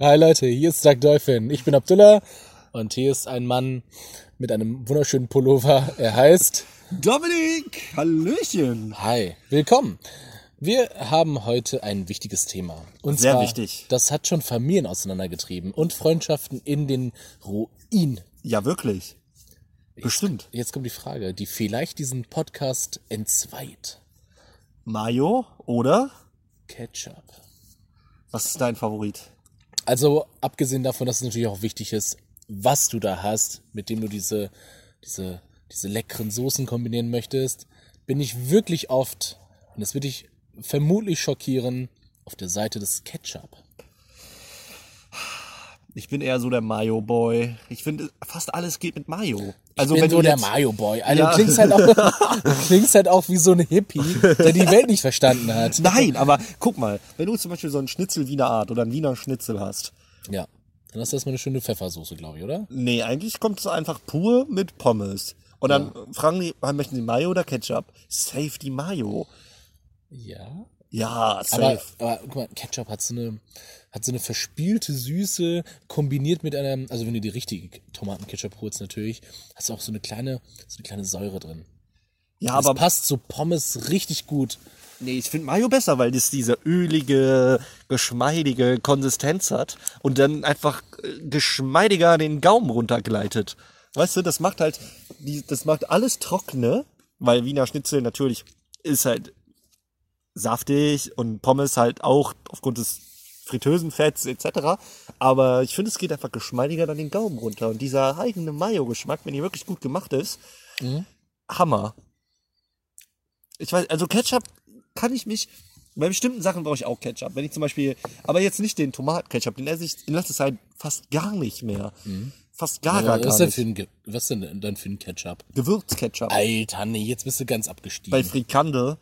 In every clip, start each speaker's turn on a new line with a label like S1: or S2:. S1: Hi Leute, hier ist Doug Dolphin. Ich bin Abdullah und hier ist ein Mann mit einem wunderschönen Pullover. Er heißt
S2: Dominik, Hallöchen.
S1: Hi, willkommen. Wir haben heute ein wichtiges Thema. Und
S2: Sehr
S1: zwar,
S2: wichtig.
S1: Das hat schon Familien auseinandergetrieben und Freundschaften in den Ruin.
S2: Ja, wirklich. Bestimmt.
S1: Jetzt kommt die Frage, die vielleicht diesen Podcast entzweit.
S2: Mayo oder?
S1: Ketchup.
S2: Was ist dein Favorit?
S1: Also abgesehen davon, dass es natürlich auch wichtig ist, was du da hast, mit dem du diese, diese, diese leckeren Soßen kombinieren möchtest, bin ich wirklich oft, und das wird dich vermutlich schockieren, auf der Seite des Ketchup.
S2: Ich bin eher so der Mayo-Boy. Ich finde, fast alles geht mit Mayo. Also
S1: ich bin
S2: wenn
S1: so
S2: du
S1: der
S2: jetzt,
S1: Mayo Boy. Also
S2: Ja.
S1: du klingst halt auch, du klingst halt auch wie so ein Hippie, der die Welt nicht verstanden hat.
S2: Nein, aber guck mal, wenn du zum Beispiel so einen Schnitzel Wiener Art oder einen Wiener Schnitzel hast.
S1: Ja. Dann hast du erstmal eine schöne Pfeffersoße, glaube ich, oder?
S2: Nee, eigentlich kommt es einfach pur mit Pommes. Und dann fragen die, ah, möchten die Mayo oder Ketchup? Safe die Mayo.
S1: Ja.
S2: Ja,
S1: Aber,
S2: safe.
S1: aber guck mal, Ketchup hat so eine, hat so eine verspielte Süße kombiniert mit einer, also wenn du die richtige Tomatenketchup holst natürlich, hast du auch so eine kleine, so eine kleine Säure drin.
S2: ja,
S1: Aber
S2: aber
S1: das passt zu Pommes richtig gut.
S2: Nee, ich finde Mayo besser, weil das diese ölige, geschmeidige Konsistenz hat und dann einfach äh, geschmeidiger den Gaumen runtergleitet. Weißt du, das macht halt, die- das macht alles trockene, weil Wiener Schnitzel natürlich ist halt saftig und Pommes halt auch aufgrund des Fritteusenfetts etc. Aber ich finde, es geht einfach geschmeidiger dann den Gaumen runter. Und dieser eigene Mayo-Geschmack, wenn die wirklich gut gemacht ist,
S1: Mhm.
S2: Hammer. Ich weiß, also Ketchup kann ich mich. Bei bestimmten Sachen brauche ich auch Ketchup. Wenn ich zum Beispiel, aber jetzt nicht den Tomatenketchup, den esse ich in letzter Zeit fast gar nicht mehr. Fast gar, gar,
S1: Aber was, Mhm.
S2: gar
S1: ist denn für
S2: nicht.
S1: ein, Ge- was ist denn dann für ein Ketchup?
S2: Gewürzketchup.
S1: Alter, nee, jetzt bist du ganz abgestiegen.
S2: Bei Frikandel,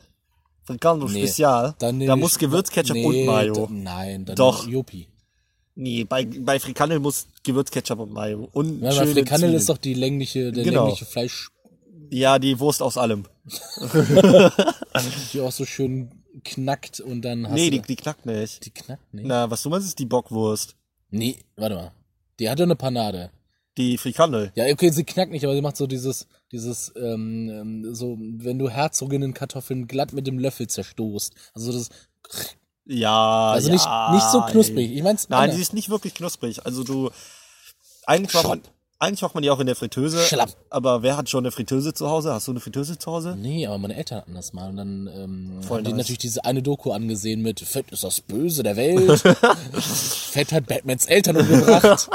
S2: Frikandel
S1: nee,
S2: Spezial,
S1: dann nehm
S2: da
S1: ich-
S2: muss Gewürzketchup und
S1: Nee,
S2: Mayo.
S1: da- nein, dann
S2: Doch.
S1: nehm ich Jopi.
S2: Nee, bei, bei Frikandel muss Gewürzketchup und Mayo. Und
S1: Nein,
S2: schöne
S1: weil Frikandel
S2: Zwiebeln.
S1: ist doch die längliche, der
S2: Genau.
S1: längliche Fleisch,
S2: Ja, die Wurst aus allem.
S1: die auch so schön knackt und dann hast
S2: Nee,
S1: du.
S2: die, die knackt nicht.
S1: die knackt, ne?
S2: Na, was du meinst, ist die Bockwurst.
S1: Nee, warte mal. Die hat ja eine Panade.
S2: Die Frikandel.
S1: Ja, okay, sie knackt nicht, aber sie macht so dieses, dieses, ähm, ähm, so, wenn du herzoginnen Kartoffeln glatt mit dem Löffel zerstoßt. Also das,
S2: Ja,
S1: also
S2: Ah, ja,
S1: nicht, nicht so knusprig.
S2: ey.
S1: Ich mein's,
S2: Nein,
S1: anders.
S2: die ist nicht wirklich knusprig. Also du, eigentlich macht, man, eigentlich macht man die auch in der Fritteuse.
S1: Schlapp.
S2: Aber wer hat schon eine Fritteuse zu Hause? Hast du eine Fritteuse zu Hause?
S1: Nee, aber meine Eltern hatten das mal und dann ähm,
S2: Voll
S1: haben die
S2: nice.
S1: natürlich diese eine Doku angesehen mit Fett ist das Böse der Welt. Fett hat Batmans Eltern umgebracht.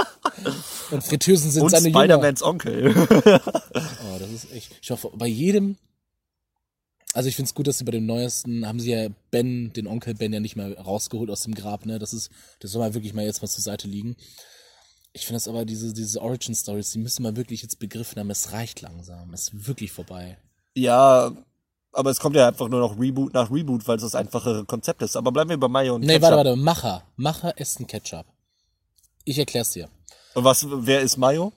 S1: Und Fritteusen sind
S2: Und
S1: seine Jünger.
S2: Spider-Mans Onkel.
S1: Oh, das ist echt. Ich hoffe, bei jedem. Also ich finde es gut, dass sie bei dem neuesten haben sie ja Ben, den Onkel Ben ja nicht mal rausgeholt aus dem Grab, ne? Das ist, das soll mal wirklich mal jetzt mal zur Seite liegen. Ich finde es aber diese diese Origin Stories, die müssen mal wirklich jetzt begriffen haben. Es reicht langsam, es ist wirklich vorbei.
S2: ja, aber es kommt ja einfach nur noch Reboot nach Reboot, weil es das einfachere Konzept ist. Aber bleiben wir bei Mayo und
S1: Nee,
S2: Ketchup.
S1: warte, warte, Macher, Macher essen Ketchup. Ich erklär's dir.
S2: Und was, wer ist Mayo?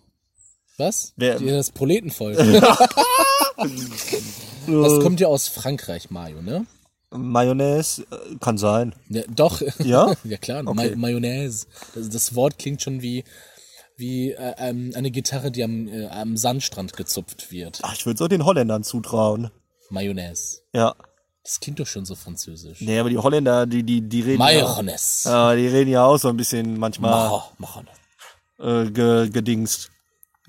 S1: Was?
S2: Wer-
S1: Die- Das Proletenvolk. das kommt ja aus Frankreich, Mayo, ne?
S2: Mayonnaise? Äh, Kann sein.
S1: Ja, doch.
S2: Ja?
S1: ja klar,
S2: Okay.
S1: Ma Mayonnaise. Das, das Wort klingt schon wie, wie äh, ähm, eine Gitarre, die am, äh, am Sandstrand gezupft wird.
S2: Ach, ich würde es auch den Holländern zutrauen.
S1: Mayonnaise.
S2: Ja.
S1: Das klingt doch schon so französisch.
S2: Nee, aber die Holländer, die, die, die reden.
S1: Mayonnaise.
S2: Ja, äh, die reden ja auch so ein bisschen manchmal
S1: Macher, Macher.
S2: äh, ge, gedingst.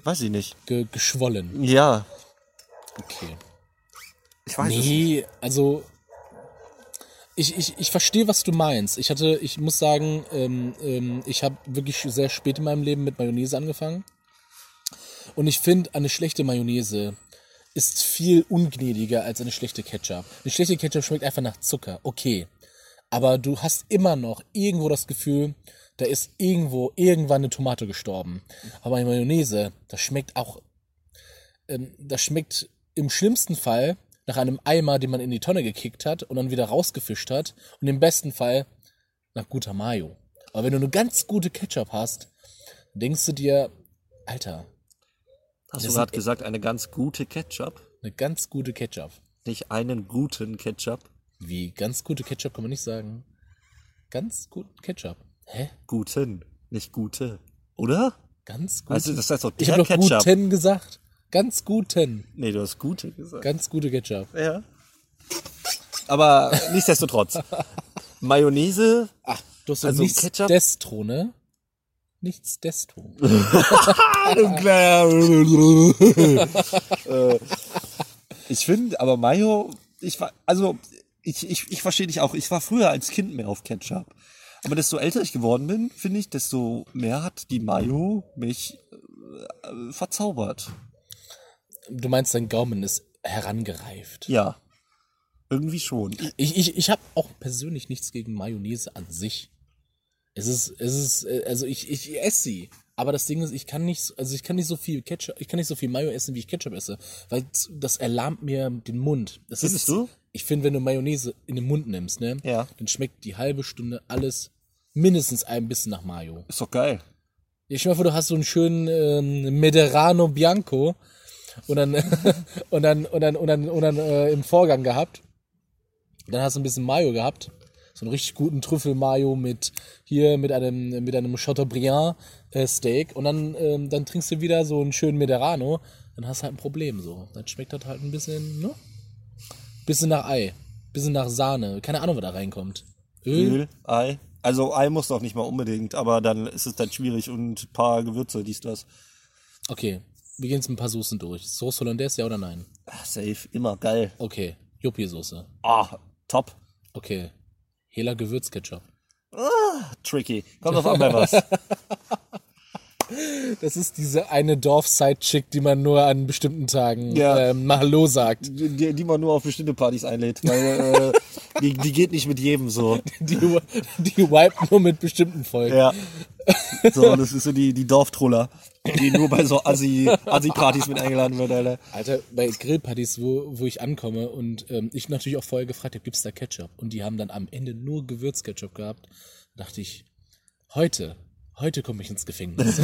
S2: Weiß ich nicht.
S1: Ge geschwollen.
S2: Ja.
S1: Okay.
S2: Ich weiß es nicht.
S1: Nee, also ich, ich, ich verstehe, was du meinst. Ich hatte, ich muss sagen, ähm, ähm, ich habe wirklich sehr spät in meinem Leben mit Mayonnaise angefangen. Und ich finde, eine schlechte Mayonnaise ist viel ungnädiger als eine schlechte Ketchup. Eine schlechte Ketchup schmeckt einfach nach Zucker, okay. Aber du hast immer noch irgendwo das Gefühl, da ist irgendwo, irgendwann eine Tomate gestorben. Aber eine Mayonnaise, das schmeckt auch ähm, das schmeckt im schlimmsten Fall nach einem Eimer, den man in die Tonne gekickt hat und dann wieder rausgefischt hat. Und im besten Fall nach guter Mayo. Aber wenn du eine ganz gute Ketchup hast, denkst du dir, Alter, Das
S2: Hast du
S1: ist-
S2: gerade gesagt, eine ganz gute Ketchup?
S1: eine ganz gute Ketchup.
S2: Nicht einen guten Ketchup?
S1: Wie, ganz gute Ketchup kann man nicht sagen. Ganz guten Ketchup. Hä?
S2: Guten. Nicht gute. Oder?
S1: Ganz gut.
S2: Also, das heißt doch
S1: ich
S2: der
S1: habe noch
S2: Ketchup.
S1: guten gesagt. Ganz guten.
S2: Nee, du hast gute gesagt.
S1: Ganz gute Ketchup.
S2: Ja. Aber nichtsdestotrotz. Mayonnaise.
S1: Du hast
S2: Also
S1: also nichts
S2: Ketchup-
S1: Destro, ne? Nichts Destro.
S2: Äh, ich finde, aber Mayo, ich war, also, ich, ich, ich verstehe dich auch. Ich war früher als Kind mehr auf Ketchup. Aber desto älter ich geworden bin, finde ich, desto mehr hat die Mayo mich äh, verzaubert.
S1: Du meinst, dein Gaumen ist herangereift.
S2: Ja. Irgendwie schon.
S1: Ich, ich, ich habe auch persönlich nichts gegen Mayonnaise an sich. Es ist, es ist, äh, also ich, ich esse sie. Aber das Ding ist, ich kann nicht, so- also ich kann nicht so viel Ketchup, ich kann nicht so viel Mayo essen, wie ich Ketchup esse, weil z- das erlahmt mir den Mund. Das
S2: Findest
S1: ist,
S2: du?
S1: Ich finde, wenn du Mayonnaise in den Mund nimmst, ne,
S2: Ja.
S1: dann schmeckt die halbe Stunde alles mindestens ein bisschen nach Mayo.
S2: Ist doch geil.
S1: Ich stell dir mal vor, du hast so einen schönen ähm, Mederano Bianco und dann, und dann, und dann, und dann, und dann äh, im Vorgang gehabt. Dann hast du ein bisschen Mayo gehabt. So einen richtig guten Trüffel-Mayo mit hier mit einem, mit einem Chateaubriand-Steak. Und dann, ähm, dann trinkst du wieder so einen schönen Mederano. Dann hast du halt ein Problem so. Dann schmeckt das halt ein bisschen, ne? Bisschen nach Ei. Bisschen nach Sahne. Keine Ahnung, was da reinkommt. Öl?
S2: Öl, Ei. Also Ei muss doch nicht mal unbedingt, aber dann ist es dann schwierig und ein paar Gewürze, dies, das.
S1: Okay. Wir gehen jetzt ein paar Soßen durch. Soße Hollandaise, ja oder nein?
S2: Ach, Ah, safe, immer geil.
S1: Okay, Juppie-Soße.
S2: Ah, top.
S1: Okay, Hela Gewürzketchup.
S2: Tricky. Kommt auf an bei was.
S1: Das ist diese eine Dorf-Side-Chick, die man nur an bestimmten Tagen
S2: Ja.
S1: ähm, mal Hallo sagt.
S2: Die, die man nur auf bestimmte Partys einlädt, weil äh, die, die geht nicht mit jedem so.
S1: Die, die wiped nur mit bestimmten Folgen.
S2: Ja. So, das ist so die, die Dorftroller, die nur bei so Assi- Assi-Partys mit eingeladen wird, Alter.
S1: Alter, bei Grillpartys, wo, wo ich ankomme und ähm, ich natürlich auch vorher gefragt habe, gibt's da Ketchup? Und die haben dann am Ende nur Gewürzketchup gehabt. Da dachte ich, heute, heute komme ich ins Gefängnis.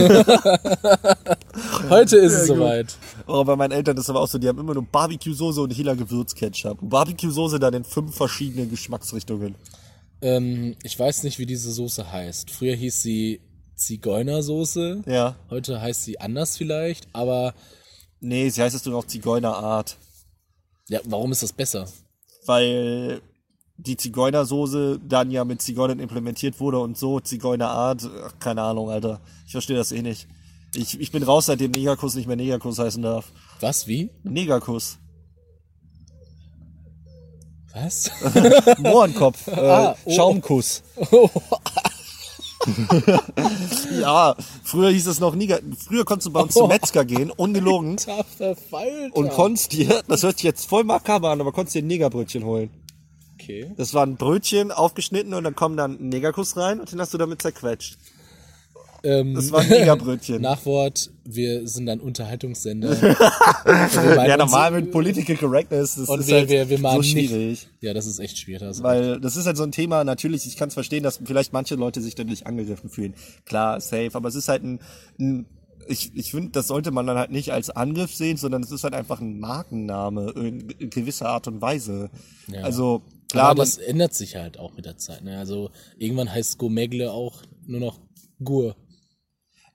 S1: heute ist es
S2: Sehr gut.
S1: soweit.
S2: Oh, bei meinen Eltern ist aber auch so, die haben immer nur Barbecue-Soße und Hela Gewürzketchup. Und Barbecue-Soße dann in fünf verschiedenen Geschmacksrichtungen.
S1: Ähm, ich weiß nicht, wie diese Soße heißt. Früher hieß sie Zigeunersoße.
S2: Ja.
S1: Heute heißt sie anders vielleicht, aber
S2: Nee, sie heißt es nur noch Zigeunerart.
S1: ja, warum ist das besser?
S2: weil die Zigeunersoße dann ja mit Zigeunern implementiert wurde und so, Zigeunerart, ach, keine Ahnung, Alter. Ich verstehe das eh nicht. Ich, ich bin raus, seitdem Negerkuss nicht mehr Negerkuss heißen darf.
S1: Was? Wie?
S2: Negerkuss.
S1: Was?
S2: Mohrenkopf. Äh,
S1: Ah, oh.
S2: Schaumkuss. ja, früher hieß es noch Neger. Früher konntest du bei
S1: Oh.
S2: uns zum Metzger gehen, ungelogen,
S1: Da verfeilt.
S2: und konntest dir, das hört sich jetzt voll makaber an, aber konntest dir ein Negerbrötchen holen.
S1: Okay.
S2: Das war ein Brötchen aufgeschnitten und dann kommen dann ein Negerkuss rein und den hast du damit zerquetscht.
S1: Ähm,
S2: Das war ein Negerbrötchen.
S1: Nachwort, wir sind ein Unterhaltungssender. Also wir meinen
S2: Ja,
S1: uns-
S2: normal mit Political Correctness, das
S1: Und
S2: ist
S1: wir,
S2: halt
S1: wir, wir
S2: so
S1: machen
S2: schwierig.
S1: Nicht, ja, das ist echt schwierig. Also.
S2: Weil das ist halt so ein Thema, natürlich, ich kann es verstehen, dass vielleicht manche Leute sich dadurch angegriffen fühlen. Klar, safe, aber es ist halt ein, ein ich, ich finde, das sollte man dann halt nicht als Angriff sehen, sondern es ist halt einfach ein Markenname in gewisser Art und Weise.
S1: Ja.
S2: Also, klar,
S1: Klar, aber
S2: man-
S1: das ändert sich halt auch mit der Zeit. Ne? Also irgendwann heißt Gourmetle auch nur noch Gur.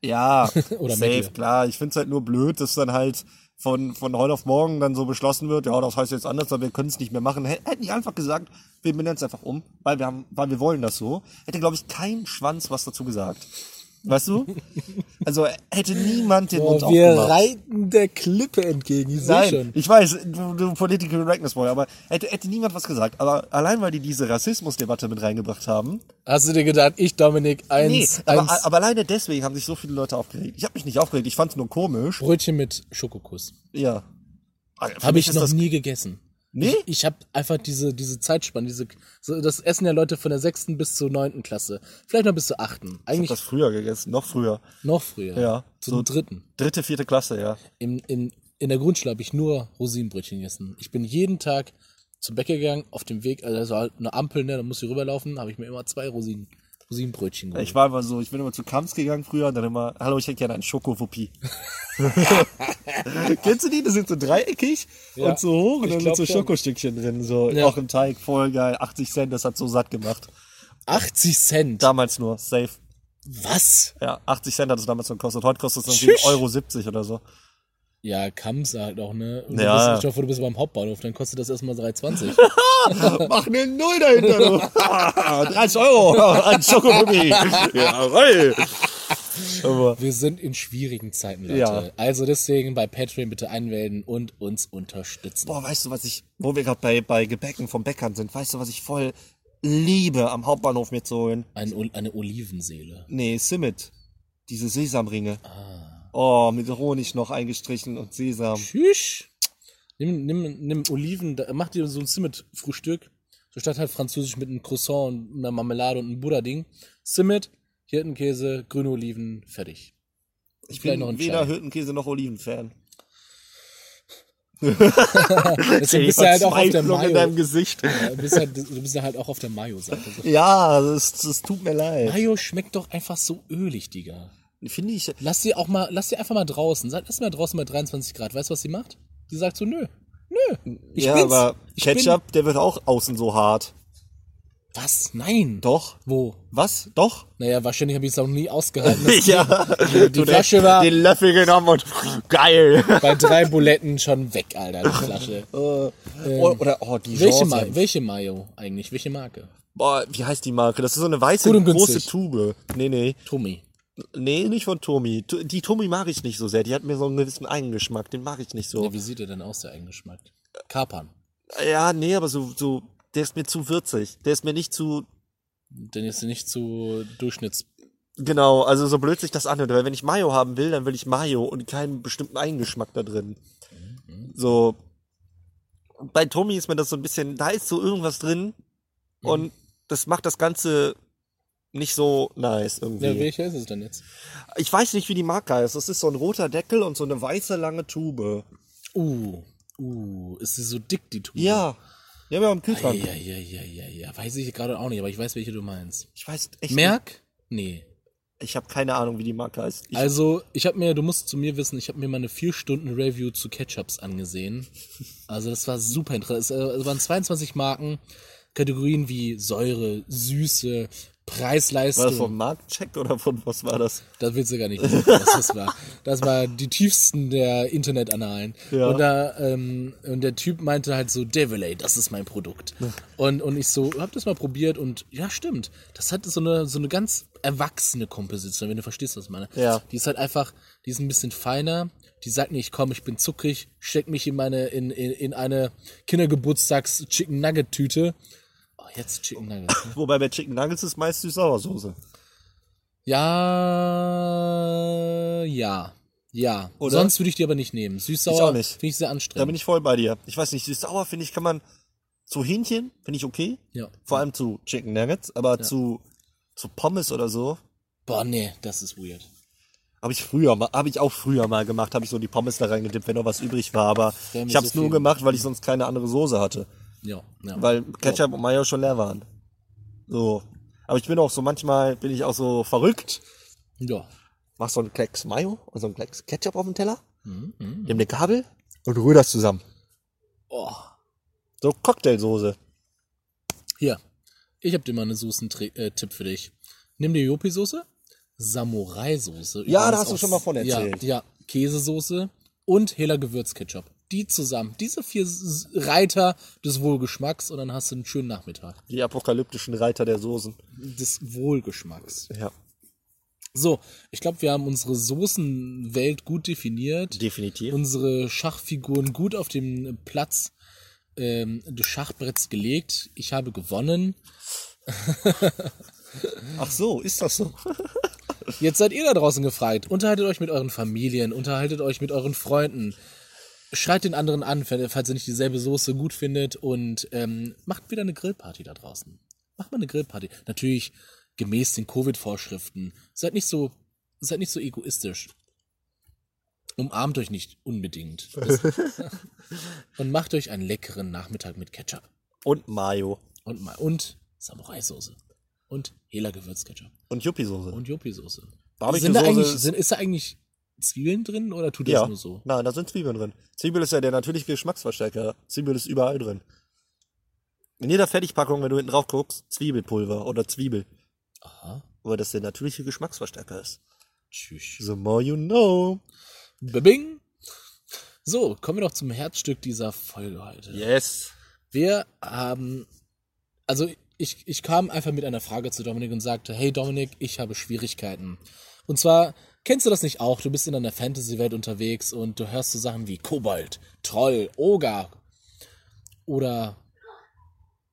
S2: Ja,
S1: Oder
S2: safe,
S1: Meckle.
S2: klar. Ich find's halt nur blöd, dass dann halt von, von heute auf morgen dann so beschlossen wird, ja, das heißt jetzt anders, aber wir können es nicht mehr machen. Hä- Hätten die einfach gesagt, wir benennen's einfach um, weil wir, haben, weil wir wollen das so. Hätte, glaube ich, kein Schwanz was dazu gesagt. Weißt du? Also hätte niemand den Mund aufgemacht.
S1: reiten der Klippe entgegen. Ich
S2: Nein, ich weiß, du, du Political Correctness Boy, aber hätte, hätte niemand was gesagt. Aber allein, weil die diese Rassismusdebatte mit reingebracht haben,
S1: Hast du dir gedacht, ich, Dominik,
S2: nee,
S1: eins,
S2: aber,
S1: eins
S2: aber alleine deswegen haben sich so viele Leute aufgeregt. Ich habe mich nicht aufgeregt, ich fand's nur komisch.
S1: Brötchen mit Schokokuss.
S2: Ja. Also für
S1: Habe
S2: mich
S1: ich
S2: ist
S1: noch
S2: das-
S1: nie gegessen.
S2: Nee?
S1: Ich, ich habe einfach diese, diese Zeitspanne, diese, so, das essen ja Leute von der sechsten bis zur neunten Klasse. Vielleicht noch bis zur achten. Eigentlich
S2: das früher gegessen, noch früher.
S1: noch früher.
S2: Ja,
S1: Zum
S2: so-
S1: dritten.
S2: Dritte, vierte Klasse, ja.
S1: Im, in, in der Grundschule habe ich nur Rosinenbrötchen gegessen. Ich bin jeden Tag zum Bäcker gegangen, auf dem Weg, also das war halt eine Ampel, ne, da muss ich rüberlaufen, habe ich mir immer zwei Rosinen, Rosinenbrötchen geholt.
S2: Ich war immer so, ich bin immer zu Kamps gegangen früher und dann immer, hallo, ich hätte gerne einen Schokowuppi. Kennst du die? Das sind so dreieckig
S1: Ja.
S2: und so hoch und
S1: Ich
S2: dann sind
S1: glaub
S2: so
S1: schon.
S2: Schokostückchen drin, so
S1: Ja.
S2: auch im Teig, voll geil, 80 Cent, das hat so satt gemacht.
S1: 80 Cent.
S2: Damals nur, safe.
S1: Was?
S2: Ja, 80 Cent hat es damals gekostet. Heute kostet es
S1: Tschüss.
S2: irgendwie 1,70 Euro 70 oder so.
S1: Ja, Kams halt auch, ne? Und
S2: Ja.
S1: Du bist, ich hoffe, du bist beim Hauptbahnhof, dann kostet das erstmal 3,20.
S2: Mach eine Null dahinter, du. 30 Euro, ein Schokogummi. Jawoll. Aber
S1: Wir sind in schwierigen Zeiten, Leute.
S2: Ja.
S1: Also deswegen bei Patreon bitte anmelden und uns unterstützen.
S2: Boah, weißt du, was ich, wo wir gerade bei, bei Gebäcken vom Bäckern sind, weißt du, was ich voll liebe, am Hauptbahnhof mitzuholen?
S1: Ein, Ol- eine Olivenseele.
S2: Nee, Simmet. Diese Sesamringe.
S1: Ah.
S2: Oh, mit Honig noch eingestrichen und Sesam.
S1: Tschüss. Nimm, nimm, nimm Oliven, da- mach dir so ein Simmet-Frühstück. So statt halt französisch mit einem Croissant und einer Marmelade und einem Buddha-Ding. Simmet, Hirtenkäse, grüne Oliven, fertig.
S2: Ich
S1: Vielleicht
S2: bin
S1: noch ein
S2: weder
S1: Chai.
S2: Hüttenkäse noch Olivenfan.
S1: Deswegen bist du halt auch auf der
S2: Verzweiflung in deinem
S1: Mayo.
S2: Gesicht.
S1: Ja, Du bist, halt, du bist ja halt auch auf der Mayo-Seite. So.
S2: Ja, es, es tut mir leid.
S1: Mayo schmeckt doch einfach so ölig, Digga.
S2: Finde ich,
S1: Lass sie auch mal, lass sie einfach mal draußen. Sag, lass sie mal draußen bei 23 Grad. Weißt du, was sie macht? Die sagt so, nö. Nö. Ich
S2: ja,
S1: bin's.
S2: aber
S1: ich
S2: Ketchup, der wird auch außen so hart.
S1: Bin, was? Nein.
S2: Doch.
S1: Wo?
S2: Was? Doch?
S1: Naja, wahrscheinlich habe ich es auch nie ausgehalten. dass
S2: ja. Die,
S1: die Flasche war-
S2: Den Löffel genommen und geil.
S1: bei drei Buletten schon weg, Alter, die Flasche.
S2: Oh, Oder, oder oh, die
S1: welche,
S2: Chance.
S1: Ma welche Mayo eigentlich? Welche Marke?
S2: Boah, wie heißt die Marke? Das ist so eine weiße,
S1: Gut und
S2: große
S1: günstig.
S2: Tube. Nee, nee.
S1: Tommy.
S2: Nee, nicht von Tommy. Tu- Die Tommy mag ich nicht so sehr. Die hat mir so einen gewissen Eigengeschmack. Den mag ich nicht so.
S1: Ja, wie sieht der denn aus, der Eigengeschmack? Kapern.
S2: Ja, nee, aber so, so, der ist mir zu würzig. Der ist mir nicht zu,
S1: Denn ist sie nicht zu Durchschnitts.
S2: genau, also so blöd sich das anhört. Weil wenn ich Mayo haben will, dann will ich Mayo und keinen bestimmten Eigengeschmack da drin. So. Bei Tommy ist mir das so ein bisschen, da ist so irgendwas drin
S1: Mhm.
S2: und das macht das Ganze nicht so nice irgendwie.
S1: Ja, welcher ist es denn jetzt?
S2: ich weiß nicht, wie die Marke heißt. Das ist so ein roter Deckel und so eine weiße lange Tube.
S1: Uh, uh, ist sie so dick, die Tube?
S2: Ja. Die haben wir im
S1: Ja,
S2: Kühlschrank.
S1: ja, ja, ja, ja, ja. Weiß ich gerade auch nicht, aber ich weiß, welche du meinst.
S2: Ich weiß echt
S1: Merk? Nee.
S2: Ich habe keine Ahnung, wie die Marke heißt. Ich,
S1: Also, ich habe mir, du musst zu mir wissen, ich habe mir mal eine 4-Stunden-Review zu Ketchups angesehen. Also, das war super interessant. Es äh, es waren 22 Marken, Kategorien wie Säure, Süße,
S2: war das vom
S1: Preis-Leistung.
S2: Marktcheck oder von was war das?
S1: Das willst du gar nicht wissen, was das war. Das war die tiefsten der Internet-Annalen.
S2: Ja.
S1: Und, da, ähm, und der Typ meinte halt so, Devilay, das ist mein Produkt. Und, und ich so, hab das mal probiert und ja, stimmt. Das hat so eine, so eine ganz erwachsene Komposition, wenn du verstehst, was ich meine.
S2: Ja.
S1: Die ist halt einfach, die ist ein bisschen feiner. Die sagt nicht, komm, ich bin zuckrig, steck mich in meine, in, in, in eine Kindergeburtstags-Chicken-Nugget-Tüte. Oh, jetzt Chicken Nuggets. Ne?
S2: Wobei bei Chicken Nuggets ist meist Süß-Sauersoße.
S1: Ja, ja, ja.
S2: Oder?
S1: Sonst würde ich die aber nicht nehmen.
S2: Ich
S1: Süß-sauer
S2: auch
S1: finde
S2: nicht.
S1: ich sehr
S2: Da bin
S1: anstrengend.
S2: ich voll bei dir. Ich weiß nicht, Süß-Sauer finde ich, kann man zu Hähnchen, finde ich okay.
S1: Ja.
S2: Vor allem zu Chicken Nuggets, aber zu, zu Pommes oder so.
S1: Boah, nee, das ist weird.
S2: Habe ich früher mal, habe ich auch früher mal gemacht, habe ich so die Pommes da reingedippt, wenn noch was übrig war, aber
S1: Wir haben
S2: ich habe es
S1: so
S2: nur
S1: viel.
S2: gemacht, weil ich sonst keine andere Soße hatte.
S1: Ja, ja.
S2: weil Ketchup und Mayo schon leer waren. So. Aber ich bin auch so, manchmal bin ich auch so verrückt.
S1: ja.
S2: Mach so einen Klecks Mayo und so einen Klecks Ketchup auf den Teller.
S1: Mhm,
S2: Nimm eine Gabel und rühr das zusammen.
S1: Oh.
S2: So Cocktailsoße.
S1: Hier, ich habe dir mal einen Soßen-Tipp für dich. Nimm dir Yopi-Soße, Samurai-Soße.
S2: Ja,
S1: übrigens
S2: da hast du
S1: aus-
S2: schon mal von erzählt.
S1: Ja, ja Käsesoße und Hela Gewürzketchup. Die zusammen, diese vier S- Reiter des Wohlgeschmacks und dann hast du einen schönen Nachmittag.
S2: Die apokalyptischen Reiter der Soßen.
S1: Des Wohlgeschmacks.
S2: Ja,
S1: So, ich glaube, wir haben unsere Soßenwelt gut definiert,
S2: definitiv.
S1: unsere Schachfiguren gut auf dem Platz ähm, des Schachbretts gelegt. Ich habe gewonnen.
S2: Ach so, ist das so?
S1: Jetzt seid ihr da draußen gefragt. Unterhaltet euch mit euren Familien, unterhaltet euch mit euren Freunden. Schreit den anderen an, falls ihr nicht dieselbe Soße gut findet und ähm, macht wieder eine Grillparty da draußen. Macht mal eine Grillparty. Natürlich gemäß den Covid-Vorschriften. Seid nicht so, seid nicht so egoistisch. Umarmt euch nicht unbedingt. Das, und macht euch einen leckeren Nachmittag mit Ketchup
S2: Und Mayo.
S1: und mal und Samurai-Soße und Hela Gewürzketchup
S2: Und Yuppie-Soße.
S1: und Jopi-Soße.
S2: Barbecue
S1: Sind da
S2: Soße
S1: eigentlich,
S2: ist-
S1: sind, ist da eigentlich Zwiebeln drin oder tut das
S2: Ja,
S1: nur so?
S2: nein, da sind Zwiebeln drin. Zwiebel ist ja der natürliche Geschmacksverstärker. Zwiebel ist überall drin. In jeder Fertigpackung, wenn du hinten drauf guckst, Zwiebelpulver oder Zwiebel.
S1: Aha.
S2: aber das der natürliche Geschmacksverstärker ist.
S1: Tschüss.
S2: The more you know.
S1: Bing. So, kommen wir doch zum Herzstück dieser Folge heute.
S2: Yes.
S1: Wir haben, also ich, ich kam einfach mit einer Frage zu Dominik und sagte, hey Dominik, ich habe Schwierigkeiten. Und zwar, kennst du das nicht auch? Du bist in einer Fantasy-Welt unterwegs und du hörst so Sachen wie Kobold, Troll, Oger oder,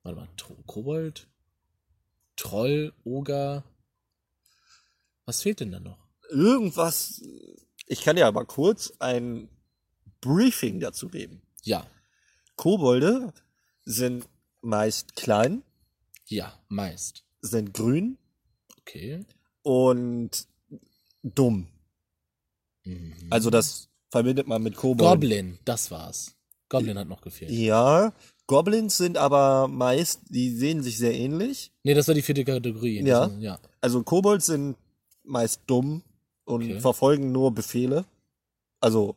S1: warte mal, Tro Kobold, Troll, Oger, was fehlt denn da noch?
S2: Irgendwas. Ich kann ja aber kurz ein Briefing dazu geben.
S1: Ja,
S2: Kobolde sind meist klein,
S1: ja, meist.
S2: sind grün
S1: Okay.
S2: und dumm.
S1: Mhm.
S2: Also das verbindet man mit Kobolden.
S1: Goblin, das war's. Goblin hat noch gefehlt.
S2: Ja, Goblins sind aber meist, die sehen sich sehr ähnlich.
S1: Nee, das war die vierte Kategorie.
S2: Ja.
S1: Das- ja.
S2: Also Kobolds sind meist dumm und
S1: Okay.
S2: verfolgen nur Befehle. Also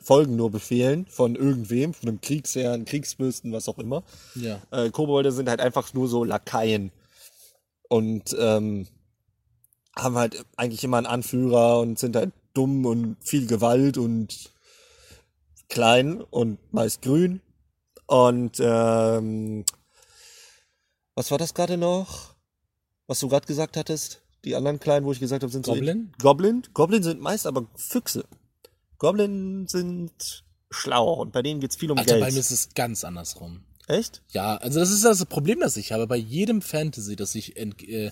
S2: folgen nur Befehlen von irgendwem, von einem Kriegsherrn, Kriegsfürsten, was auch immer.
S1: Ja.
S2: äh, Kobolde sind halt einfach nur so Lakaien. Und ähm, haben halt eigentlich immer einen Anführer und sind halt dumm und viel Gewalt und klein und meist grün. Und ähm, was war das gerade noch? Was du gerade gesagt hattest? Die anderen kleinen, wo Also ich gesagt habe, sind
S1: Goblin?
S2: so. Goblin? Goblin sind meist aber Füchse. Goblin sind schlau und bei denen geht's viel um
S1: Alter, Also bei mir
S2: Geld.
S1: ist es ganz andersrum.
S2: Echt?
S1: Ja, also das ist das Problem, das ich habe. Bei jedem Fantasy, das ich ent, äh,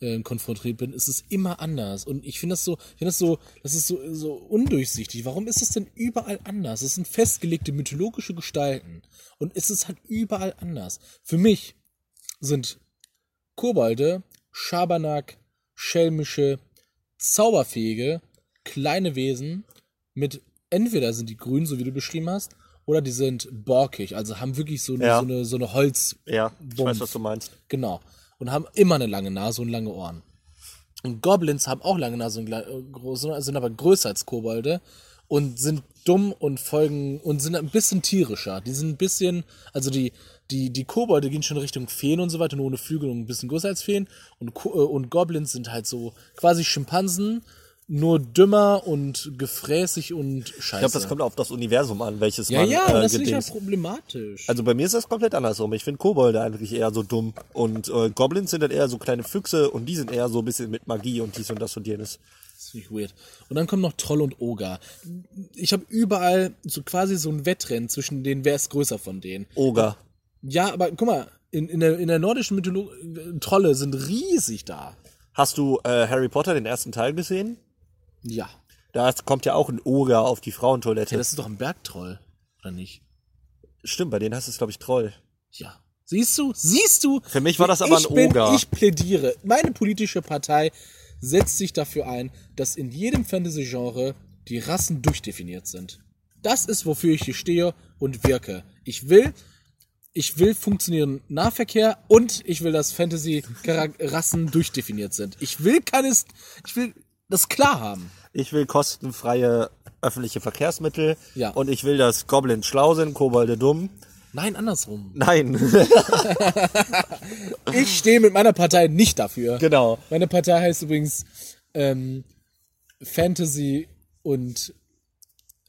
S1: äh, konfrontiert bin, ist es immer anders. Und ich finde das so, ich finde das so, das ist so, so undurchsichtig. Warum ist es denn überall anders? Es sind festgelegte mythologische Gestalten. Und es ist halt überall anders. Für mich sind Kobolde, Schabernack, Schelmische, Zauberfähige, kleine Wesen mit entweder sind die grün, so wie du beschrieben hast, oder die sind borkig, also haben wirklich so, eine-
S2: Ja.
S1: so eine so eine Holz,
S2: Ja, ich
S1: Bumm.
S2: weiß, was du meinst.
S1: genau, und haben immer eine lange Nase und lange Ohren. Und Goblins haben auch lange Nase und gla- äh, große, sind aber größer als Kobolde und sind dumm und folgen und sind ein bisschen tierischer. Die sind ein bisschen, also die, die, die Kobolde gehen schon Richtung Feen und so weiter, nur ohne Flügel und ein bisschen größer als Feen. Und, Ko äh, und Goblins sind halt so quasi Schimpansen, nur dümmer und gefräßig und scheiße.
S2: Ich glaube, das kommt auf das Universum an, welches
S1: Also ja,
S2: man
S1: ja,
S2: äh,
S1: das finde ich ja
S2: gedingst.
S1: problematisch.
S2: Also bei mir ist das komplett andersrum. Ich finde Kobolde eigentlich eher so dumm und äh, Goblins sind dann eher so kleine Füchse und die sind eher so ein bisschen mit Magie und dies und das und jenes.
S1: Das finde ich weird. Und dann kommen noch Troll und Oger. Ich habe überall so quasi so ein Wettrennen zwischen denen, wer ist größer von denen.
S2: Oger.
S1: Ja, aber guck mal, in, in, der, in der nordischen Mythologie, Trolle sind riesig da.
S2: Hast du äh, Harry Potter den ersten Teil gesehen?
S1: Ja.
S2: Da ist- kommt ja auch ein Oger auf die Frauentoilette.
S1: Ja, das ist doch ein Bergtroll, oder nicht?
S2: Stimmt, bei denen hast du es, glaube ich, Troll.
S1: Ja. Siehst du? Siehst du?
S2: Für mich war das aber
S1: ich
S2: ein
S1: bin-
S2: Oger.
S1: Ich plädiere. Meine politische Partei setzt sich dafür ein, dass in jedem Fantasy-Genre die Rassen durchdefiniert sind. Das ist, wofür ich hier stehe und wirke. Ich will, ich will funktionierenden Nahverkehr und ich will, dass Fantasy-Rassen durchdefiniert sind. Ich will keine, St- ich will das klar haben.
S2: Ich will kostenfreie öffentliche Verkehrsmittel
S1: Ja.
S2: und ich will, dass Goblins schlau sind, Kobolde dumm.
S1: Nein, andersrum.
S2: Nein,
S1: Ich stehe mit meiner Partei nicht dafür.
S2: genau.
S1: Meine Partei heißt übrigens ähm, Fantasy und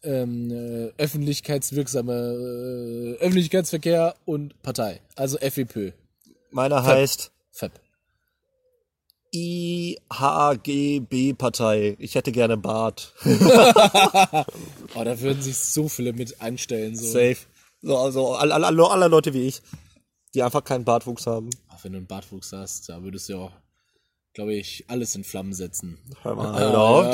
S1: ähm, äh, öffentlichkeitswirksame äh, Öffentlichkeitsverkehr und Partei. Also FEP.
S2: Meiner heißt
S1: FEP.
S2: IHGB-Partei. Ich hätte gerne Bart.
S1: Oh, da würden sich so viele mit einstellen. So.
S2: Safe. So, also alle alle- alle- alle Leute wie ich, die einfach keinen Bartwuchs haben.
S1: Ach, wenn du einen Bartwuchs hast, da würdest du ja auch, glaube ich, alles in Flammen setzen.
S2: Hör mal, hör auf,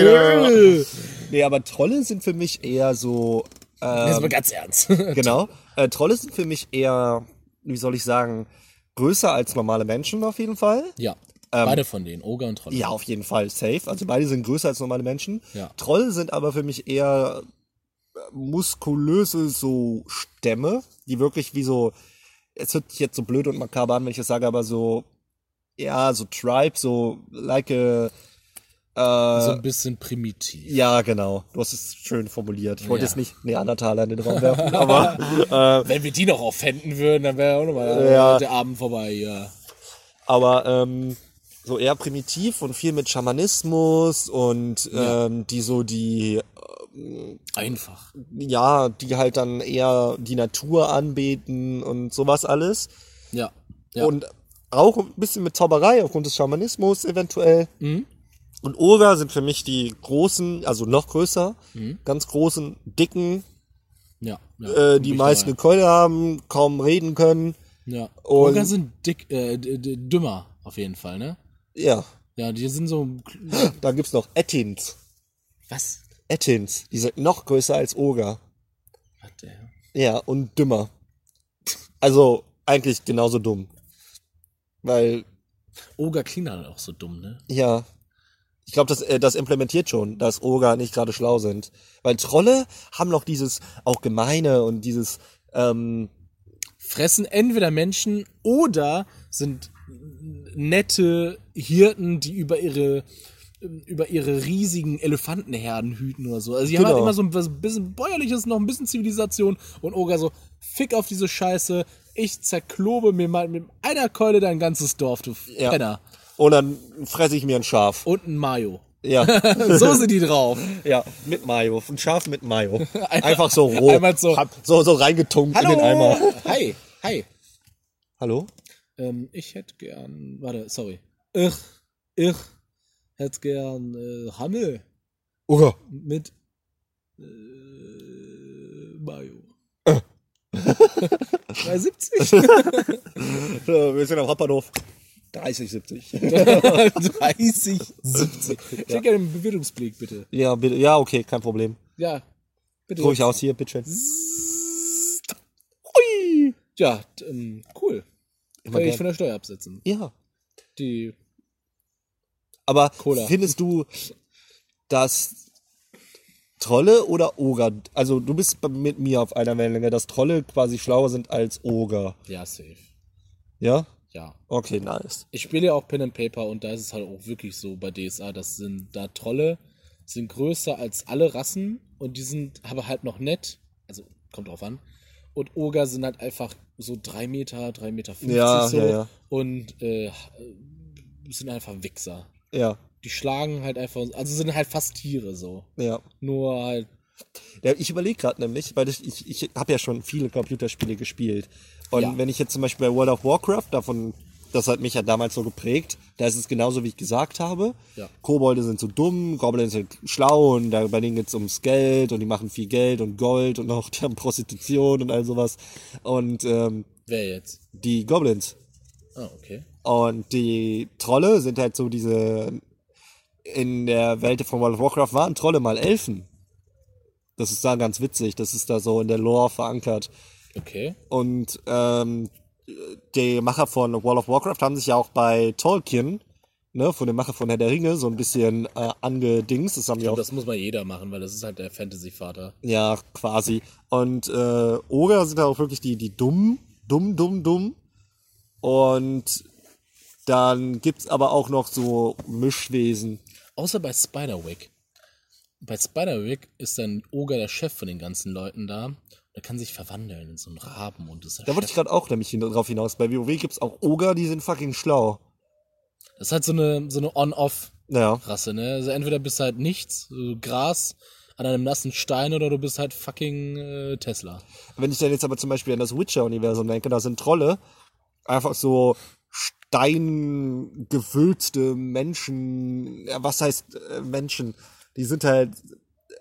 S2: du.
S1: Äh,
S2: Nee, aber Trolle sind für mich eher so.
S1: Jetzt mal
S2: Ähm,
S1: ganz ernst.
S2: genau. Äh, Trolle sind für mich eher, wie soll ich sagen, größer als normale Menschen auf jeden Fall.
S1: ja. Beide von denen, Oger und Troll.
S2: Ähm. Ja, auf jeden Fall, safe. Also beide sind größer als normale Menschen.
S1: Ja.
S2: Troll sind aber für mich eher äh, muskulöse so Stämme, die wirklich wie so, es hört sich jetzt so blöd und makaber an, wenn ich das sage, aber so, ja, so Tribe, so like a, äh,
S1: So ein bisschen primitiv.
S2: ja, genau, du hast es schön formuliert. Ich wollte
S1: Ja.
S2: jetzt nicht Neandertaler in den Raum werfen, aber, äh,
S1: Wenn wir die noch offenden würden, dann wäre auch nochmal
S2: Ja.
S1: der Abend vorbei. Ja.
S2: aber ähm, so eher primitiv und viel mit Schamanismus und ähm, die so die
S1: Einfach.
S2: ja, die halt dann eher die Natur anbeten und sowas alles.
S1: Ja. ja.
S2: Und auch ein bisschen mit Zauberei aufgrund des Schamanismus eventuell. Und Oger sind für mich die großen, also noch größer, ganz großen, dicken,
S1: ja, ja.
S2: äh,
S1: Bin
S2: die
S1: ich
S2: meist eine
S1: dabei.
S2: Keule haben, kaum reden können.
S1: Ja.
S2: und-
S1: Burger sind dick, äh, d- d- dümmer, auf jeden Fall, ne?
S2: Ja,
S1: Ja, die sind so.
S2: dann gibt's noch Ettins.
S1: Was?
S2: Ettins, die sind noch größer als Oger.
S1: What the hell?
S2: Ja, und dümmer. Also eigentlich genauso dumm. Weil
S1: Oger klingt halt auch so dumm, ne?
S2: Ja. Ich glaube, das, äh, das implementiert schon, dass Oger nicht gerade schlau sind. Weil Trolle haben noch dieses auch Gemeine und dieses, ähm,
S1: Fressen entweder Menschen oder sind nette Hirten, die über ihre über ihre riesigen Elefantenherden hüten oder so. Also die haben
S2: Genau.
S1: halt immer so ein was- bisschen bäuerliches, noch ein bisschen Zivilisation und Oger so, fick auf diese Scheiße, ich zerklobe mir mal mit einer Keule dein ganzes Dorf, du
S2: ja.
S1: Penner.
S2: Und dann fresse ich mir ein Schaf.
S1: Und ein Mayo.
S2: Ja.
S1: so sind die drauf.
S2: ja, mit Mayo. Ein Schaf mit Mayo. Einfach so roh.
S1: einmal so.
S2: Hab so, so reingetunkt in den Eimer.
S1: Hi, hi.
S2: Hallo?
S1: Ähm, ich hätte gern. Warte, sorry. Ich, ich hätte gern äh, Hammel
S2: Oger.
S1: mit äh, Mayo. 370?
S2: Äh, Wir sind am Hopperhof. 30, 70.
S1: 30, 70. Ich hätte gerne einen Bewertungsblick, bitte.
S2: Ja, bitte. Ja, okay, kein Problem.
S1: Ja, bitte.
S2: Ruhig aus hier, bitte.
S1: Ui. Ja, t- ähm, cool.
S2: Immer
S1: Kann ich
S2: gern.
S1: von der Steuer absetzen.
S2: Ja.
S1: Die
S2: Aber
S1: Cola.
S2: findest du, dass Trolle oder Oger, also du bist bei- mit mir auf einer Wellenlänge, dass Trolle quasi schlauer sind als Oger,
S1: Ja, safe.
S2: ja?
S1: Ja.
S2: Okay, nice.
S1: Ich spiele ja auch Pen and Paper und da ist es halt auch wirklich so bei DSA, das sind da Trolle, sind größer als alle Rassen und die sind aber halt noch nett, also kommt drauf an. Und Oger sind halt einfach so drei Meter, drei Meter fünfzig
S2: Ja,
S1: so
S2: ja, ja.
S1: und äh, sind einfach Wichser.
S2: Ja,
S1: Die schlagen halt einfach, also sind halt fast Tiere so.
S2: ja.
S1: Nur halt,
S2: ja ich überlege gerade nämlich, weil ich, ich, ich habe ja schon viele Computerspiele gespielt. Und
S1: Ja.
S2: wenn ich jetzt zum Beispiel bei World of Warcraft davon, das hat mich ja damals so geprägt, da ist es genauso, wie ich gesagt habe.
S1: Ja.
S2: Kobolde sind so dumm, Goblins sind schlau und da, bei denen geht's ums Geld und die machen viel Geld und Gold und auch die haben Prostitution und all sowas. Und ähm,
S1: wer jetzt?
S2: die Goblins
S1: Ah, okay.
S2: und die Trolle sind halt so diese. In der Welt von World of Warcraft waren Trolle mal Elfen. Das ist da ganz witzig, das ist da so in der Lore verankert.
S1: Okay.
S2: Und ähm, die Macher von World of Warcraft haben sich ja auch bei Tolkien, ne, von dem Macher von Herr der Ringe, so ein bisschen äh, angedingst. Das haben die auch
S1: Und das muss mal jeder machen, weil das ist halt der Fantasy-Vater.
S2: Ja, quasi. Und äh, Oger sind auch wirklich die, die dumm, dumm, dumm, dumm. Und dann gibt's aber auch noch so Mischwesen.
S1: Außer bei Spiderwick. Bei Spiderwick ist dann Oger der Chef von den ganzen Leuten da. Der kann sich verwandeln in so einen Raben und ist der
S2: Da wollte ich
S1: Chef.
S2: gerade auch nämlich hin, drauf hinaus. Bei WoW gibt's auch Oger, die sind fucking schlau.
S1: Das ist halt so eine, so eine On-Off-Rasse,
S2: Naja,
S1: ne? Also entweder bist du halt nichts, so Gras an einem nassen Stein oder du bist halt fucking äh, Tesla.
S2: wenn ich dann jetzt aber zum Beispiel an das Witcher-Universum denke, da sind Trolle einfach so steingewülzte Menschen. Ja, Was heißt äh, Menschen? Die sind halt äh,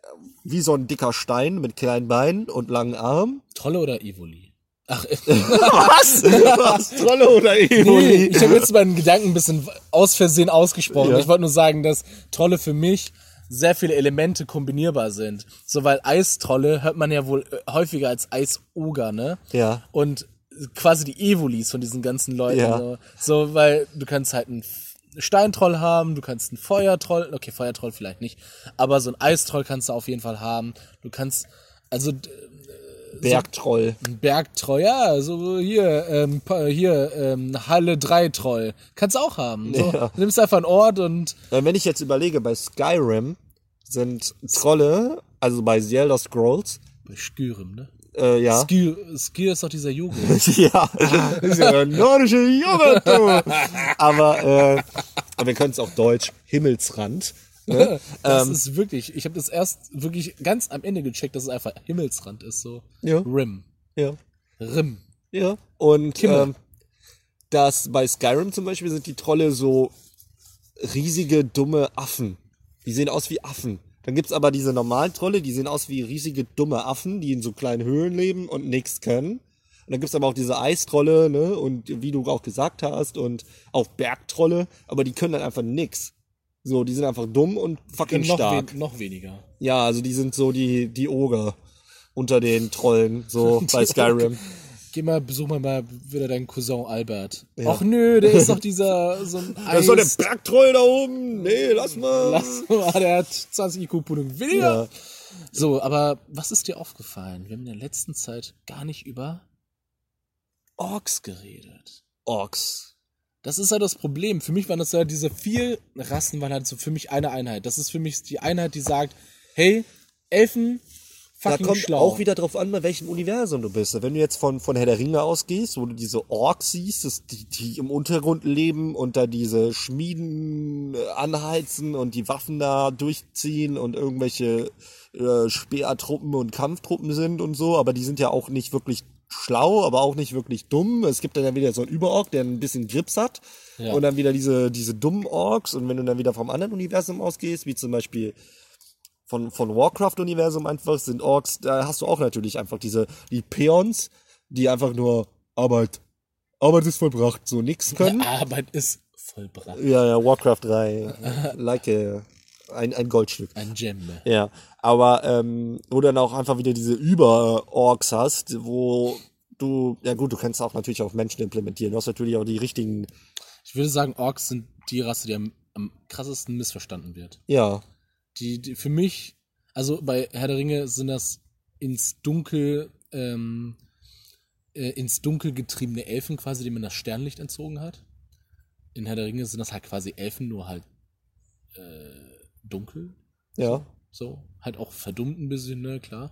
S2: wie so ein dicker Stein mit kleinen Beinen und langen Armen.
S1: Trolle oder Evoli? Ach,
S2: Was? Was? Trolle oder
S1: Nee,
S2: Evoli?
S1: ich habe jetzt meinen Gedanken ein bisschen aus Versehen ausgesprochen.
S2: Ja.
S1: Ich wollte nur sagen, dass Trolle für mich sehr viele Elemente kombinierbar sind. So, weil Eistrolle hört man ja wohl äh, häufiger als Eisoger, ne?
S2: Ja.
S1: Und quasi die Evolis von diesen ganzen Leuten.
S2: Ja.
S1: So. so, weil du kannst halt einen F- Steintroll haben, du kannst einen Feuertroll, okay, Feuertroll vielleicht nicht, aber so einen Eistroll kannst du auf jeden Fall haben. Du kannst, also d-
S2: Bergtroll.
S1: ein Bergtroll, ja, so hier, ähm, pa- hier, ähm, Halle 3 Troll. Kannst du auch haben. So,
S2: Ja.
S1: Nimmst einfach einen Ort und
S2: Äh, Wenn ich jetzt überlege, bei Skyrim sind Trolle, also bei The Elder Scrolls,
S1: bei Skyrim, ne?
S2: Äh, ja.
S1: Skier, Skier ist doch dieser Joghurt.
S2: ja. Das ist ja der nordische Joghurt, du. Aber, äh, aber wir können es auch deutsch. Himmelsrand. Ne?
S1: Das ist wirklich, ich habe das erst wirklich ganz am Ende gecheckt, dass es einfach Himmelsrand ist, so.
S2: Ja.
S1: Rim.
S2: Ja.
S1: Rim.
S2: Ja. Und
S1: Kimme.
S2: ähm, das bei Skyrim zum Beispiel sind die Trolle so riesige, dumme Affen. Die sehen aus wie Affen. Dann gibt's aber diese normalen Trolle, die sehen aus wie riesige, dumme Affen, die in so kleinen Höhlen leben und nichts können. Und dann gibt's aber auch diese Eistrolle, ne? Und wie du auch gesagt hast, und auch Bergtrolle, aber die können dann einfach nix. So, die sind einfach dumm und fucking
S1: noch,
S2: stark.
S1: wen- noch weniger.
S2: Ja, also die sind so die, die Oger unter den Trollen, so bei Skyrim.
S1: Geh mal, besuch mal, mal wieder deinen Cousin Albert. Ach nö, der ist doch dieser, so ein
S2: Das
S1: Eis.
S2: ist doch Also der Bergtroll da oben. Nee, lass mal.
S1: Lass mal, der hat 20 IQ-Punkte weniger.
S2: Ja.
S1: So, aber was ist dir aufgefallen? Wir haben in der letzten Zeit gar nicht über Orks geredet.
S2: Orks.
S1: Das ist halt das Problem. Für mich waren das ja diese vier Rassen, waren halt so für mich eine Einheit. Das ist für mich die Einheit, die sagt, hey, Elfen,
S2: Da
S1: fucking
S2: kommt
S1: schlau.
S2: auch wieder drauf an, bei welchem Universum du bist. Wenn du jetzt von, von Herr der Ringe ausgehst, wo du diese Orks siehst, dass die, die im Untergrund leben und da diese Schmieden äh, anheizen und die Waffen da durchziehen und irgendwelche äh, Speertruppen und Kampftruppen sind und so, aber die sind ja auch nicht wirklich schlau, aber auch nicht wirklich dumm. Es gibt dann ja wieder so einen Überorg, der ein bisschen Grips hat.
S1: Ja.
S2: Und dann wieder diese, diese dummen Orks. Und wenn du dann wieder vom anderen Universum ausgehst, wie zum Beispiel von, von Warcraft-Universum einfach, sind Orks, da hast du auch natürlich einfach diese, die Peons, die einfach nur Arbeit, Arbeit ist vollbracht, so nix können.
S1: Arbeit ist vollbracht.
S2: Ja, ja, Warcraft 3, like a, ein, ein Goldstück.
S1: Ein Gem.
S2: Ja, aber ähm, wo du dann auch einfach wieder diese Über-Orks hast, wo du, ja gut, du kannst auch natürlich auf Menschen implementieren. Du hast natürlich auch die richtigen,
S1: Ich würde sagen, Orks sind die Rasse, die am, am krassesten missverstanden wird.
S2: ja,
S1: Die, die für mich, also bei Herr der Ringe sind das ins Dunkel, ähm, äh, ins Dunkel getriebene Elfen quasi, denen man das Sternlicht entzogen hat. In Herr der Ringe sind das halt quasi Elfen, nur halt äh, dunkel.
S2: ja.
S1: So, halt auch verdummt ein bisschen, ne, klar.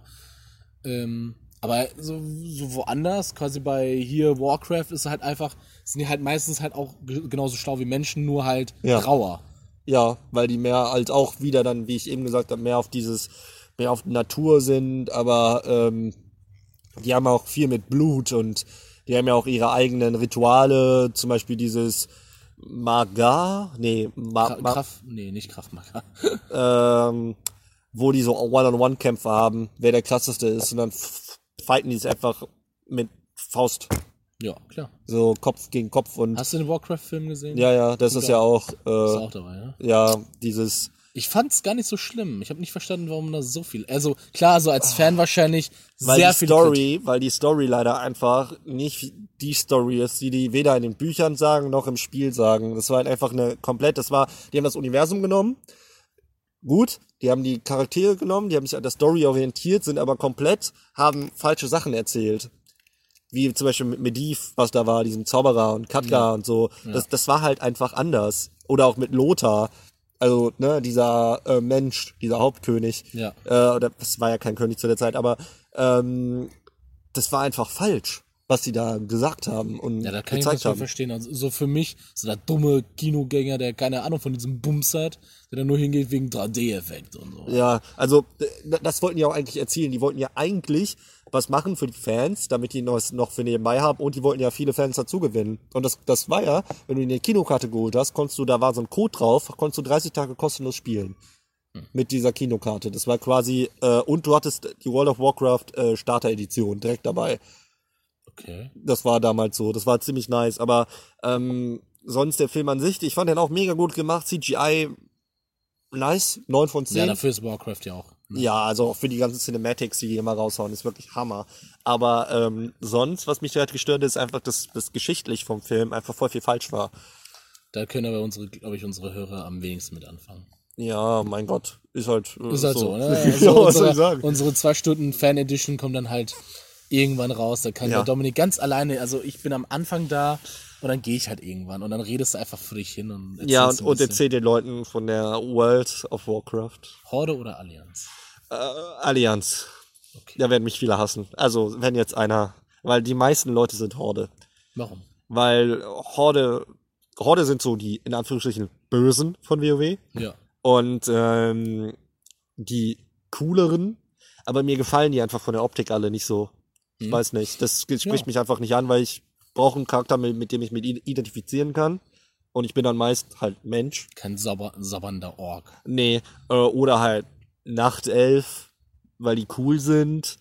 S1: Ähm, aber so, so woanders, quasi bei hier Warcraft, ist halt einfach, sind die halt meistens halt auch ge- genauso schlau wie Menschen, nur halt
S2: Ja.
S1: grauer.
S2: Ja, weil die mehr als auch wieder dann, wie ich eben gesagt habe, mehr auf dieses, mehr auf Natur sind, aber ähm, die haben auch viel mit Blut und die haben ja auch ihre eigenen Rituale, zum Beispiel dieses Magar, nee, Ma,
S1: Kra
S2: Ma,
S1: Kraft, nee, nicht Kraftmacher.
S2: ähm, wo die so One-on-One-Kämpfe haben, wer der krasseste ist und dann f- fighten die es einfach mit Faust,
S1: ja, klar.
S2: so Kopf gegen Kopf und
S1: Hast du den Warcraft-Film gesehen?
S2: ja, ja, das ist ja auch,
S1: Ist
S2: äh,
S1: auch dabei, ja.
S2: ja, dieses
S1: Ich fand's gar nicht so schlimm. Ich habe nicht verstanden, warum da so viel. Also klar, so als Fan wahrscheinlich
S2: Ah. weil
S1: sehr
S2: die
S1: viel. Kritik.
S2: Story, weil die Story leider einfach nicht die Story ist, die die weder in den Büchern sagen noch im Spiel sagen. Das war halt einfach eine komplett, das war, die haben das Universum genommen, gut, die haben die Charaktere genommen, die haben sich an der Story orientiert, sind aber komplett, haben falsche Sachen erzählt. Wie zum Beispiel mit Mediv, was da war, diesem Zauberer und Katka und so. Das, das war halt einfach anders. Oder auch mit Lothar. Also, ne, dieser äh, Mensch, dieser Hauptkönig.
S1: Ja.
S2: Äh, oder es war ja kein König zu der Zeit, aber ähm, das war einfach falsch, was sie da gesagt haben und
S1: Ja, da kann ich das
S2: gezeigt
S1: schon
S2: haben.
S1: verstehen. Also, so für mich, so der dumme Kinogänger, der keine Ahnung von diesem Bums hat, der dann nur hingeht wegen 3D-Effekt und so.
S2: Ja, also d- das wollten die auch eigentlich erzielen. Die wollten ja eigentlich was machen für die Fans, damit die noch, noch für nebenbei haben und die wollten ja viele Fans dazugewinnen. Und das, das war ja, wenn du dir eine Kinokarte geholt hast, konntest du, da war so ein Code drauf, konntest du 30 Tage kostenlos spielen.
S1: Hm.
S2: Mit dieser Kinokarte. Das war quasi, äh, und du hattest die World of Warcraft äh, Starter-Edition direkt dabei.
S1: Okay.
S2: Das war damals so. Das war ziemlich nice. Aber ähm, sonst der Film an sich, ich fand den auch mega gut gemacht. CGI nice, 9 von 10.
S1: Ja, dafür ist Warcraft ja auch. Ne?
S2: Ja, also auch für die ganzen Cinematics, die die immer raushauen, ist wirklich Hammer. Aber ähm, sonst, was mich halt gestört hat, ist einfach, dass das geschichtlich vom Film einfach voll viel falsch war.
S1: Da können aber unsere, glaube ich, unsere Hörer am wenigsten mit anfangen.
S2: Ja, mein Gott, ist halt äh,
S1: Ist halt so, ne?
S2: ja,
S1: Also
S2: was soll ich
S1: unsere,
S2: sagen?
S1: unsere zwei Stunden Fan Edition kommt dann halt irgendwann raus. Da kann
S2: Ja.
S1: der Dominik ganz alleine, also ich bin am Anfang da und dann gehe ich halt irgendwann und dann redest du einfach für dich hin und erzählst
S2: Ja, und,
S1: ein
S2: und
S1: bisschen.
S2: erzähl den Leuten von der World of Warcraft.
S1: Horde oder Allianz?
S2: Äh, Allianz. Da werden mich viele hassen. Also, wenn jetzt einer, weil die meisten Leute sind Horde.
S1: Warum?
S2: Weil Horde, Horde sind so die, in Anführungsstrichen, Bösen von WoW.
S1: Ja.
S2: Und ähm, die cooleren, aber mir gefallen die einfach von der Optik alle nicht so. Ich
S1: Hm.
S2: weiß nicht. Das ge- spricht
S1: Ja.
S2: mich einfach nicht an, weil ich brauche einen Charakter, mit, mit dem ich mich i- identifizieren kann. Und ich bin dann meist halt Mensch.
S1: Kein sabber, sabbernder Ork.
S2: Nee, äh, oder halt Nachtelf, weil die cool sind.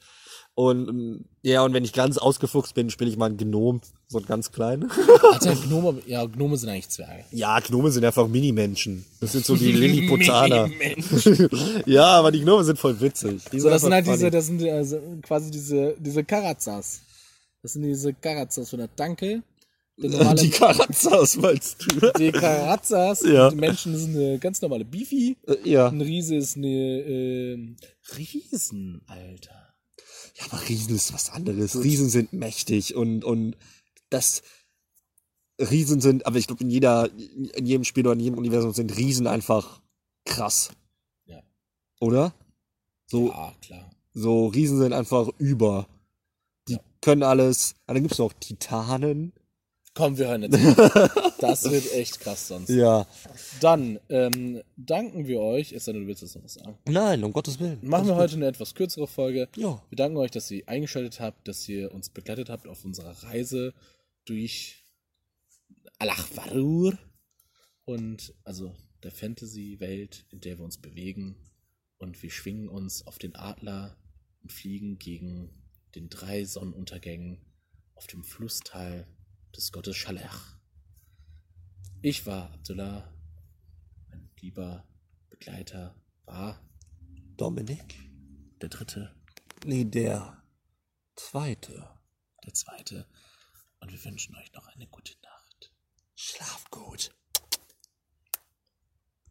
S2: Und ähm, ja, und wenn ich ganz ausgefuchst bin, spiele ich mal einen Gnom, so einen ganz kleinen.
S1: Hat er Gnome, ja, Gnome sind eigentlich Zwerge.
S2: Ja, Gnome sind einfach Minimenschen. Das sind so die Lilliputaner.
S1: Minimenschen.
S2: ja, aber die Gnome sind voll witzig. Die
S1: So, das
S2: einfach
S1: sind halt
S2: funny.
S1: diese, das sind äh, so- quasi diese, diese Karazas. Das sind diese Karazas von der Danke. Der normale,
S2: die
S1: die,
S2: Karazas, meinst du?
S1: Karazas,
S2: Ja.
S1: die Menschen sind eine ganz normale Beefy.
S2: ja.
S1: Ein Riese ist eine ähm, Riesen, Alter.
S2: Ja, aber Riesen ist was anderes. Riesen sind mächtig und, und das. Riesen sind, aber ich glaube, in jeder, in jedem Spiel oder in jedem Universum sind Riesen einfach krass.
S1: Ja.
S2: Oder? So,
S1: Ah, klar.
S2: so Riesen sind einfach über. Die können alles. Ah, dann gibt's noch Titanen.
S1: Komm, wir hören jetzt. auf. das wird echt krass sonst.
S2: Ja.
S1: Dann ähm, danken wir euch. Es sei denn, du willst jetzt noch was sagen.
S2: Nein, um Gottes Willen.
S1: Machen wir heute eine etwas kürzere Folge.
S2: Ja.
S1: Wir danken euch, dass ihr eingeschaltet habt, dass ihr uns begleitet habt auf unserer Reise durch Al-Ahwarur und also der Fantasy-Welt, in der wir uns bewegen. Und wir schwingen uns auf den Adler und fliegen gegen den drei Sonnenuntergängen auf dem Flusstal des Gottes Schalach. Ich war Abdullah, mein lieber Begleiter war
S2: Dominik?
S1: der dritte
S2: Nee, der zweite.
S1: der zweite. Und wir wünschen euch noch eine gute Nacht.
S2: Schlaf gut.